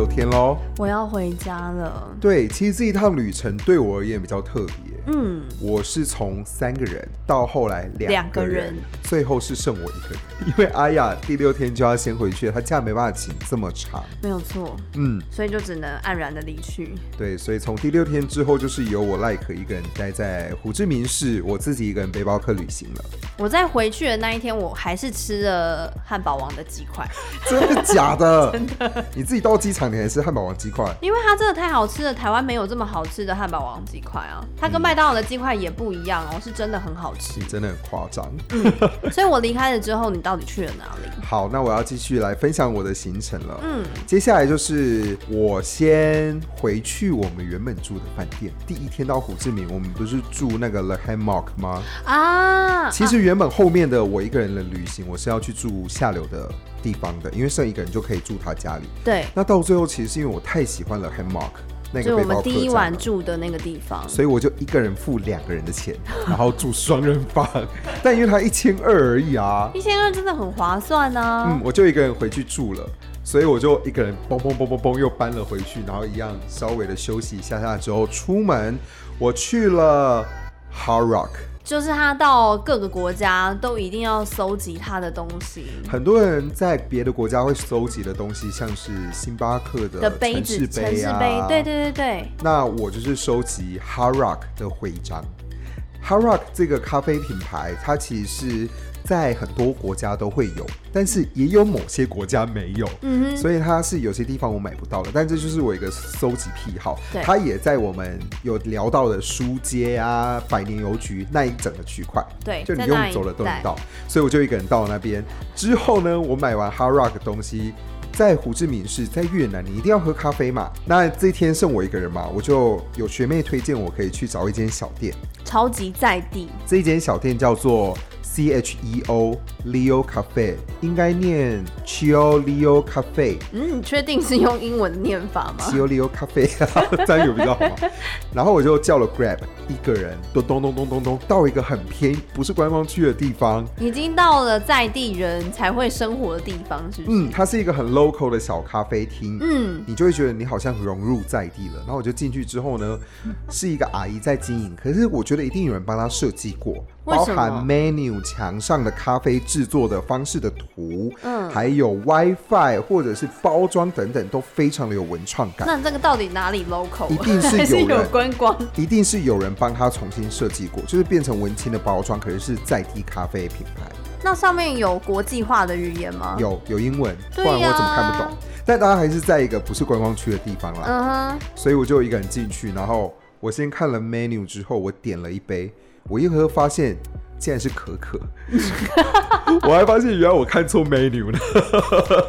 [SPEAKER 1] 天喽。
[SPEAKER 2] 我要回家了。
[SPEAKER 1] 对，其实这一趟旅程对我而言比较特别。
[SPEAKER 2] 嗯，
[SPEAKER 1] 我是从三个人到后来两
[SPEAKER 2] 两
[SPEAKER 1] 个
[SPEAKER 2] 个
[SPEAKER 1] 人
[SPEAKER 2] 人，
[SPEAKER 1] 最后是剩我一个人，因为阿雅第六天就要先回去了，她假没办法请这么长。
[SPEAKER 2] 没有错，
[SPEAKER 1] 嗯，
[SPEAKER 2] 所以就只能黯然的离去。
[SPEAKER 1] 对，所以从第六天之后，就是由我赖可一个人待在胡志明市，我自己一个人背包客旅行了。
[SPEAKER 2] 我在回去的那一天，我还是吃了汉堡王的鸡块，
[SPEAKER 1] 真的假 的？真的。你自己到机场，你还吃汉堡王鸡块？
[SPEAKER 2] 因为它真的太好吃了，台湾没有这么好吃的汉堡王鸡块啊，它跟麦当劳的鸡块也不一样哦，是真的很好吃
[SPEAKER 1] 你。真的很夸张。
[SPEAKER 2] 嗯所以我离开了之后，你到底去了哪里？
[SPEAKER 1] 好，那我要继续来分享我的行程了。
[SPEAKER 2] 嗯，
[SPEAKER 1] 接下来就是我先回去我们原本住的饭店。第一天到胡志明，我们不是住那个 Le Hammock 吗？
[SPEAKER 2] 啊，
[SPEAKER 1] 其实原本后面的我一个人的旅行，我是要去住下流的地方的，因为剩一个人就可以住他家里。
[SPEAKER 2] 对，
[SPEAKER 1] 那到最后，其实是因为我太喜欢了 Hammock 那
[SPEAKER 2] 就是我
[SPEAKER 1] 个背包
[SPEAKER 2] 们
[SPEAKER 1] 客
[SPEAKER 2] 第一
[SPEAKER 1] 栈
[SPEAKER 2] 晚
[SPEAKER 1] 了
[SPEAKER 2] 住的那个地方。
[SPEAKER 1] 所以我就一个人付两个人的钱，然后住双人房， 但因为它一千二而已啊，
[SPEAKER 2] 一千二真的很划算啊！
[SPEAKER 1] 嗯，我就一个人回去住了，所以我就一个人嘣嘣嘣嘣嘣又搬了回去，然后一样稍微的休息一下下之后出门，我去了 Hard Rock，
[SPEAKER 2] 就是他到各个国家都一定要搜集他的东西。
[SPEAKER 1] 很多人在别的国家会收集的东西，像是星巴克的
[SPEAKER 2] 的杯子、
[SPEAKER 1] 呃城市杯啊，
[SPEAKER 2] 对对对对，
[SPEAKER 1] 那我就是收集 Hard Rock 的徽章。Hard Rock 这个咖啡品牌，它其实是在很多国家都会有，但是也有某些国家没有。
[SPEAKER 2] 嗯哼，
[SPEAKER 1] 所以它是有些地方我买不到的，但这就是我一个搜集癖好
[SPEAKER 2] 对。
[SPEAKER 1] 它也在我们有聊到的书街啊、百年邮局那一整个区块，
[SPEAKER 2] 对
[SPEAKER 1] 就你
[SPEAKER 2] 在那
[SPEAKER 1] 用
[SPEAKER 2] 一
[SPEAKER 1] 走了都能
[SPEAKER 2] 带
[SPEAKER 1] 到。所以我就一个人到那边之后呢，我买完 Hard Rock 的东西，在胡志明市，在越南，你一定要喝咖啡嘛。那这天剩我一个人嘛，我就有学妹推荐我可以去找一间小店，
[SPEAKER 2] 超级在地，
[SPEAKER 1] 这一间小店叫做 C H E O Leo Cafe，应该念 Chio Leo Cafe。
[SPEAKER 2] 嗯，你确定是用英文念法吗？
[SPEAKER 1] 西欧利欧咖 啡，这样有比较好吗？然后我就叫了 Grab，一个人咚咚咚咚咚咚到一个很偏不是观光区的地方。
[SPEAKER 2] 已经到了在地人才会生活的地方，是不是？
[SPEAKER 1] 嗯，它是一个很 local 的小咖啡厅。
[SPEAKER 2] 嗯，
[SPEAKER 1] 你就会觉得你好像融入在地了。然后我就进去之 后呢，是一个阿姨在经营，可是我觉得一定有人帮她设计过，
[SPEAKER 2] 为
[SPEAKER 1] 包
[SPEAKER 2] 什么
[SPEAKER 1] 含 menu 墙上的咖啡制作的方式的图，
[SPEAKER 2] 嗯
[SPEAKER 1] 还有 WiFi 或者是包装等等，都非常的有文创感。
[SPEAKER 2] 那这个到底哪里 local？
[SPEAKER 1] 一定是有
[SPEAKER 2] 还是有
[SPEAKER 1] 人
[SPEAKER 2] 观光？
[SPEAKER 1] 一定是有人帮他重新设计过，就是变成文青的包装，可是是在地咖啡品牌，
[SPEAKER 2] 那上面有国际化的语言吗？，
[SPEAKER 1] 有有英文，不
[SPEAKER 2] 啊对
[SPEAKER 1] 然我怎么
[SPEAKER 2] 呀
[SPEAKER 1] 看不懂？但大家还是在一个不是观光区的地方啦，
[SPEAKER 2] 嗯哼，
[SPEAKER 1] 所以我就一个人进去，然后我先看了 menu 之后，我点了一杯，我一喝发现竟然是可 可，我还发现原来我看错 menu 了，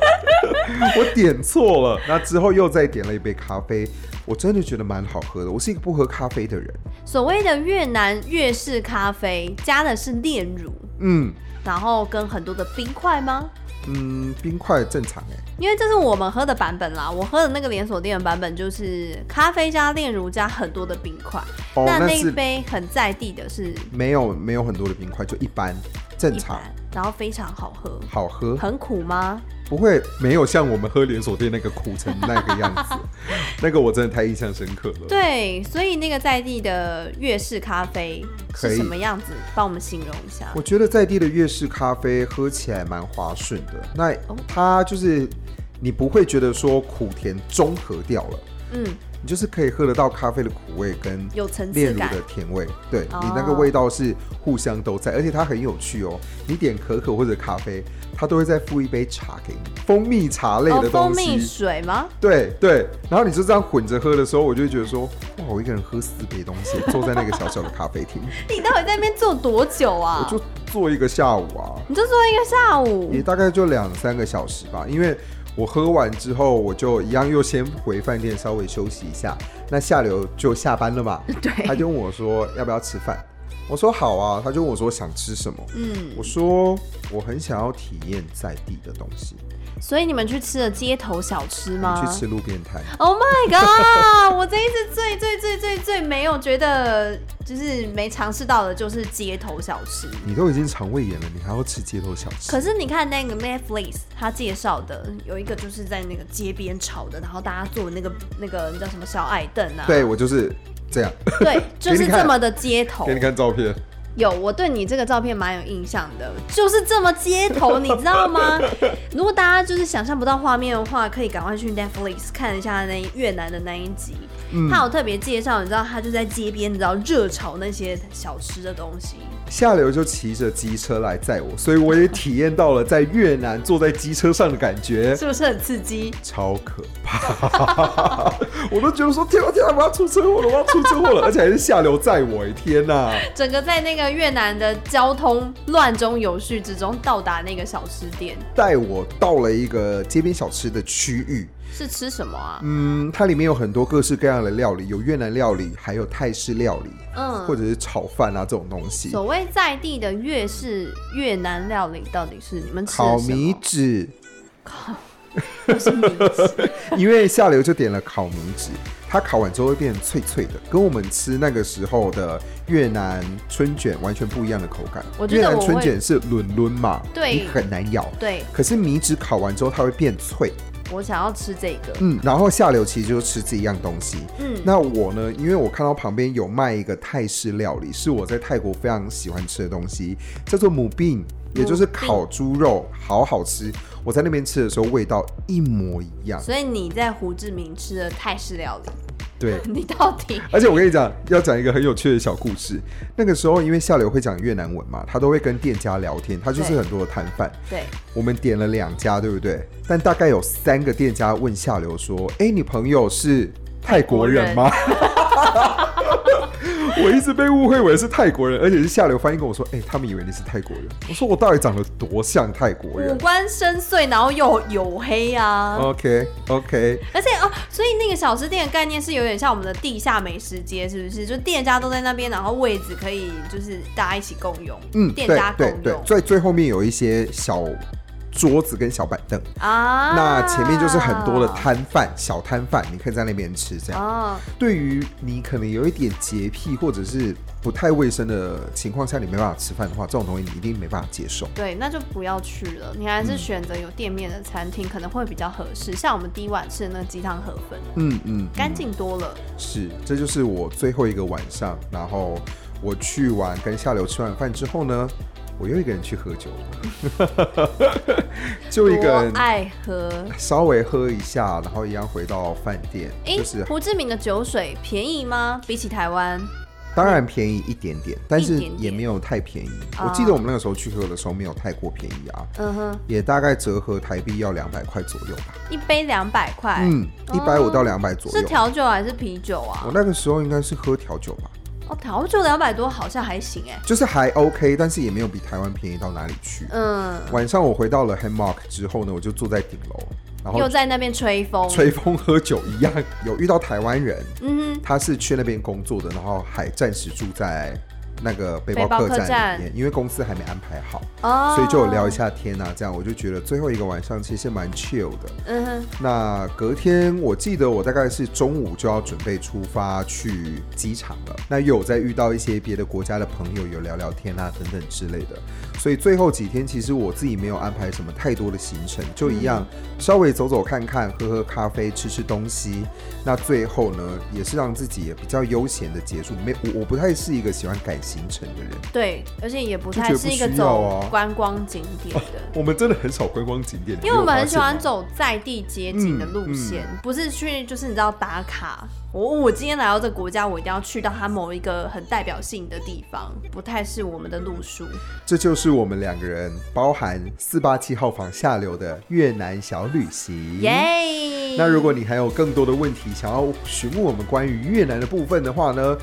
[SPEAKER 1] 我点错了。那之后又再点了一杯咖啡，我真的觉得蛮好喝的。我是一个不喝咖啡的人，
[SPEAKER 2] 所谓的越南越式咖啡加的是炼乳，
[SPEAKER 1] 嗯
[SPEAKER 2] 然后跟很多的冰块吗？
[SPEAKER 1] 嗯，冰块正常哎、
[SPEAKER 2] 因为这是我们喝的版本啦，我喝的那个连锁店的版本就是咖啡加炼乳加很多的冰块，
[SPEAKER 1] 哦，
[SPEAKER 2] 那那一
[SPEAKER 1] 是
[SPEAKER 2] 杯很在地的是
[SPEAKER 1] 没有没有很多的冰块，就一般正
[SPEAKER 2] 一
[SPEAKER 1] 常
[SPEAKER 2] 盘，然后非常好喝，
[SPEAKER 1] 好喝，
[SPEAKER 2] 很苦吗？
[SPEAKER 1] 不会没有像我们喝连锁店那个苦成那个样 子，那个我真的太印象深刻了。
[SPEAKER 2] 对，啊所以那个在地的粤式咖啡
[SPEAKER 1] 可
[SPEAKER 2] 是
[SPEAKER 1] 以
[SPEAKER 2] 什么样子？帮我们形容一下
[SPEAKER 1] 我。觉得在地的粤式咖啡喝起来蛮滑顺的，那
[SPEAKER 2] 哦
[SPEAKER 1] 它就是你不会觉得说苦甜中和掉了，
[SPEAKER 2] 嗯，
[SPEAKER 1] 你就是可以喝得到咖啡的苦味跟
[SPEAKER 2] 有层
[SPEAKER 1] 炼
[SPEAKER 2] 次
[SPEAKER 1] 乳
[SPEAKER 2] 感
[SPEAKER 1] 的。甜味，对
[SPEAKER 2] 哦
[SPEAKER 1] 你那个味道是互相都在，而且它很有趣哦。你点可可或者咖啡，它都会再附一杯茶给你，蜂蜜茶类
[SPEAKER 2] 哦
[SPEAKER 1] 的，
[SPEAKER 2] 蜂
[SPEAKER 1] 东
[SPEAKER 2] 蜜
[SPEAKER 1] 西。
[SPEAKER 2] 水吗？
[SPEAKER 1] 对对，然后你就这样混着喝的时候，我就会觉得说，哇，我一个人喝四杯东西，坐在那个小小的咖啡 厅，
[SPEAKER 2] 你到底在那边坐多久
[SPEAKER 1] 我
[SPEAKER 2] 啊？
[SPEAKER 1] 就坐一个下午啊，
[SPEAKER 2] 你就坐一个下午
[SPEAKER 1] 也，大概就两三个小时吧，因为。我喝完之后，我就一样又先回饭店稍微休息一下。那下流就下班了嘛，
[SPEAKER 2] 对
[SPEAKER 1] 他就问我说要不要吃饭，我说好啊，他就问我说想吃什么，
[SPEAKER 2] 嗯，
[SPEAKER 1] 我说我很想要体验在地的东西，
[SPEAKER 2] 所以你们去吃了街头小吃
[SPEAKER 1] 我
[SPEAKER 2] 吗？
[SPEAKER 1] 们去吃。路边摊。
[SPEAKER 2] Oh my god！我这一次最最最最最没有觉得就是没尝试到的就是街头小吃。
[SPEAKER 1] 你都已经肠胃炎了，你还要吃街头小吃？
[SPEAKER 2] 可是你看那个 Netflix，他介绍的有一个就是在那个街边炒的，然后大家坐那个那个你知道什么小矮凳啊？
[SPEAKER 1] 对我就是这样，
[SPEAKER 2] 对，就是
[SPEAKER 1] 给你看
[SPEAKER 2] 这么的街头
[SPEAKER 1] 给。你看照片。
[SPEAKER 2] 有，我对你这个照片蛮有印象的，就是这么街头，你知道吗？ 如果大家就是想象不到画面的话，可以赶快去 Netflix 看一下那一越南的那一集，
[SPEAKER 1] 嗯
[SPEAKER 2] 他有特别介绍，你知道他就在街边，你知道热炒那些小吃的东西。
[SPEAKER 1] 下流就骑着机车来载我，所以我也体验到了在越南坐在机车上的感觉，
[SPEAKER 2] 是不是很刺激？
[SPEAKER 1] 超可怕！ 我都觉得说天啊天啊，我要出车祸了，我要出车祸了，而且还是下流载我，哎天哪、
[SPEAKER 2] 整个在那个越南的交通乱中有序之中到达那个小吃店，
[SPEAKER 1] 带我到了一个街边小吃的区域，
[SPEAKER 2] 是吃什么啊？
[SPEAKER 1] 嗯，它里面有很多各式各样的料理，有越南料理，还有泰式料理，
[SPEAKER 2] 嗯
[SPEAKER 1] 或者是炒饭啊这种东西。
[SPEAKER 2] 所谓在地的越式越南料理到底是你们吃
[SPEAKER 1] 烤
[SPEAKER 2] 的什
[SPEAKER 1] 米
[SPEAKER 2] 么？
[SPEAKER 1] 纸，
[SPEAKER 2] 不是米纸
[SPEAKER 1] 因为下流就点了烤米纸，它烤完之后会变脆脆的，跟我们吃那个时候的越南春卷完全不一样的口感。
[SPEAKER 2] 我觉
[SPEAKER 1] 越
[SPEAKER 2] 得我
[SPEAKER 1] 南
[SPEAKER 2] 会
[SPEAKER 1] 春卷是轮轮嘛，
[SPEAKER 2] 对
[SPEAKER 1] 你很难咬。
[SPEAKER 2] 对，
[SPEAKER 1] 可是米纸烤完之后它会变脆，
[SPEAKER 2] 我想要吃这个。
[SPEAKER 1] 嗯，然后下流其实就是吃这一样东西。
[SPEAKER 2] 嗯，
[SPEAKER 1] 那我呢？因为我看到旁边有卖一个泰式料理，是我在泰国非常喜欢吃的东西，叫做母病，也就是烤猪肉，好好吃。我在那边吃的时候，味道一模一样。
[SPEAKER 2] 所以你在胡志明吃的泰式料理，
[SPEAKER 1] 对，
[SPEAKER 2] 你到底
[SPEAKER 1] 而且我跟你讲，要讲一个很有趣的小故事。那个时候，因为下流会讲越南文嘛，他都会跟店家聊天，他就是
[SPEAKER 2] 对
[SPEAKER 1] 很多的摊贩。
[SPEAKER 2] 对
[SPEAKER 1] 我们点了两家，对不对？但大概有三个店家问下流说：“哎，你朋友是泰国人吗？” 我一直被误会为是泰国人，而且是下流翻译跟我说：“哎，他们以为你是泰国人。”我说：“我到底长得多像泰国
[SPEAKER 2] 五
[SPEAKER 1] 人
[SPEAKER 2] 官深邃，然后又黝黑啊？”？
[SPEAKER 1] ？OK OK，
[SPEAKER 2] 而且哦，所以那个小吃店的概念是有点像我们的地下美食街，是不是？就店家都在那边，然后位置可以就是大家一起共用，
[SPEAKER 1] 嗯，
[SPEAKER 2] 店
[SPEAKER 1] 对
[SPEAKER 2] 家共
[SPEAKER 1] 对对，
[SPEAKER 2] 用
[SPEAKER 1] 最最后面有一些小桌子跟小板凳。
[SPEAKER 2] 啊。
[SPEAKER 1] 那前面就是很多的摊贩，小摊贩，你可以在那边吃这样。
[SPEAKER 2] 哦，
[SPEAKER 1] 对于你可能有一点洁癖或者是不太卫生的情况下，你没办法吃饭的话，这种东西你一定没办法接受。
[SPEAKER 2] 对，那就不要去了。你还是选择有店面的餐厅，可能会比较合适。像我们第一晚吃的那个鸡汤河粉，
[SPEAKER 1] 嗯嗯，
[SPEAKER 2] 干净多了。
[SPEAKER 1] 是，这就是我最后一个晚上，然后我去完跟下流吃完饭之后呢，我又一个人去喝酒，就一个人
[SPEAKER 2] 多爱喝。
[SPEAKER 1] 稍微喝一下，然后一样回到饭店，
[SPEAKER 2] 诶，
[SPEAKER 1] 就是
[SPEAKER 2] 胡志明的酒水便宜吗？比起台湾，
[SPEAKER 1] 当然便宜一点点，但
[SPEAKER 2] 一
[SPEAKER 1] 是
[SPEAKER 2] 点点
[SPEAKER 1] 也没有太便宜。
[SPEAKER 2] 啊
[SPEAKER 1] 我记得我们那个时候去喝的时候没有太过便宜啊，
[SPEAKER 2] 嗯哼，
[SPEAKER 1] 也大概折合台币要两百块左右吧。
[SPEAKER 2] 一杯两百块，
[SPEAKER 1] 嗯，一百五到两百左
[SPEAKER 2] 是
[SPEAKER 1] 右。
[SPEAKER 2] 调酒还是啤酒啊
[SPEAKER 1] 我？那个时候应该是喝调酒吧，
[SPEAKER 2] 哦，调酒两百多好像还行哎、
[SPEAKER 1] 就是还 OK，但是也没有比台湾便宜到哪里去。
[SPEAKER 2] 嗯，
[SPEAKER 1] 晚上我回到了 Hammock 之后呢，我就坐在顶楼，然
[SPEAKER 2] 又
[SPEAKER 1] 后
[SPEAKER 2] 在那边吹风，
[SPEAKER 1] 吹风喝酒一样。有遇到台湾人，
[SPEAKER 2] 嗯哼，
[SPEAKER 1] 他是去那边工作的，然后还暂时住在那个背包
[SPEAKER 2] 背包
[SPEAKER 1] 客
[SPEAKER 2] 客
[SPEAKER 1] 栈里
[SPEAKER 2] 栈
[SPEAKER 1] 面，因为公司还没安排好。
[SPEAKER 2] 哦，
[SPEAKER 1] 所以就有聊一，下天啊，这样我就觉得最后一个晚上其实蛮 chill 的。
[SPEAKER 2] 嗯哼，
[SPEAKER 1] 那隔天我记得我大概是中午就要准备出发去机场了，那又有在遇到一些别的国家的朋友，有聊聊天啊等等之类的。所以最后几天其实我自己没有安排什么太多的行程，就一样稍微走走看看，喝喝咖啡，吃吃东西。那最后呢，也是让自己也比较悠闲的结束。没，我我不太是一个喜欢赶行程的人。
[SPEAKER 2] 对，而且也不
[SPEAKER 1] 就
[SPEAKER 2] 太
[SPEAKER 1] 觉得
[SPEAKER 2] 是
[SPEAKER 1] 不
[SPEAKER 2] 一个
[SPEAKER 1] 需要
[SPEAKER 2] 走
[SPEAKER 1] 啊
[SPEAKER 2] 观光景点的。
[SPEAKER 1] 我们真的很少观光景点，
[SPEAKER 2] 因为我们很
[SPEAKER 1] 你
[SPEAKER 2] 喜
[SPEAKER 1] 啊没有发现
[SPEAKER 2] 欢
[SPEAKER 1] 吗嗯
[SPEAKER 2] 走在地街景的路线，不是去就是你知道打卡。我我今天来到这个国家，我一定要去到它某一个很代表性的地方，不太是我们的路数。
[SPEAKER 1] 这就是我们两个人，包含四八七号房下流的越南小旅行。
[SPEAKER 2] 耶、
[SPEAKER 1] 那如果你还有更多的问题想要询问我们关于越南的部分的话呢，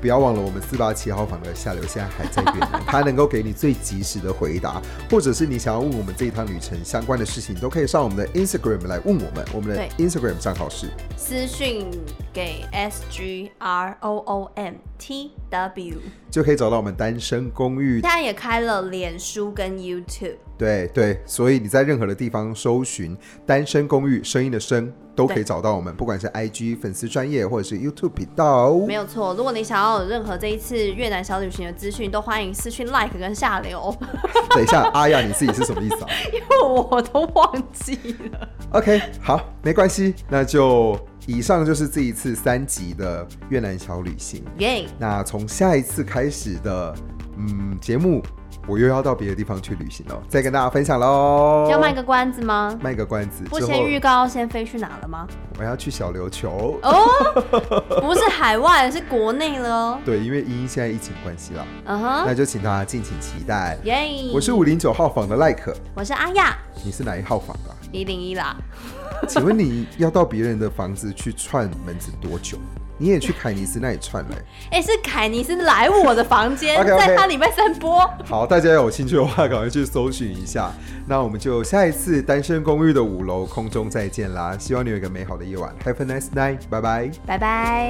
[SPEAKER 1] 不要忘了我们四八七号房的下流现在还在越 南，他能够给你最及时的回答，或者是你想要问我们这一趟旅程相关的事情，都可以上我们的 Instagram 来问我们，我们的
[SPEAKER 2] 对
[SPEAKER 1] Instagram 账号是
[SPEAKER 2] 私讯给 S G R O O M T W，
[SPEAKER 1] 就可以找到我们单身公寓
[SPEAKER 2] 现。在也开了脸书跟 YouTube，
[SPEAKER 1] 对对，所以你在任何的地方搜寻“单身公寓”声音的声，都可以
[SPEAKER 2] 对
[SPEAKER 1] 找到我们，不管是 IG 粉丝专业或者是 YouTube 频道。
[SPEAKER 2] 没有错。如果你想要有任何这一次越南小旅行的资讯，都欢迎私讯 Like 跟下流，
[SPEAKER 1] 等一下，阿雅你自己是什么意思啊
[SPEAKER 2] 因为我都忘记了。
[SPEAKER 1] ？OK，好，没关系，那就以上就是这一次三集的越南小旅行。
[SPEAKER 2] 耶、
[SPEAKER 1] 那从下一次开始的，嗯，节目我又要到别的地方去旅行了，再跟大家分享喽。
[SPEAKER 2] 要卖个关子吗？
[SPEAKER 1] 卖个关子，
[SPEAKER 2] 不
[SPEAKER 1] 哦之后
[SPEAKER 2] 先预告先飞去哪了 吗？
[SPEAKER 1] 我要去小琉球。
[SPEAKER 2] 哦，不是海外，是国内了哦。
[SPEAKER 1] 对，因为依依现在疫情关系啦，
[SPEAKER 2] 嗯
[SPEAKER 1] 那
[SPEAKER 2] 哼，
[SPEAKER 1] 就请大家敬请期待。
[SPEAKER 2] 耶、
[SPEAKER 1] 我是五零九号房的赖可，
[SPEAKER 2] 我是阿亚
[SPEAKER 1] 你是哪一号房的啊、
[SPEAKER 2] 一零一啦。
[SPEAKER 1] 请问你要到别人的房子去串门子多久？你也去凯尼斯那里串嘞、
[SPEAKER 2] 哎、是凯尼斯来我的房间
[SPEAKER 1] OK，OK
[SPEAKER 2] 在他礼拜三播。
[SPEAKER 1] 好，大家有兴趣的话，赶快去搜寻一下。那我们就下一次单身公寓的五楼空中再见啦！希望你有一个美好的夜晚，Have a nice night，拜拜。
[SPEAKER 2] 拜拜。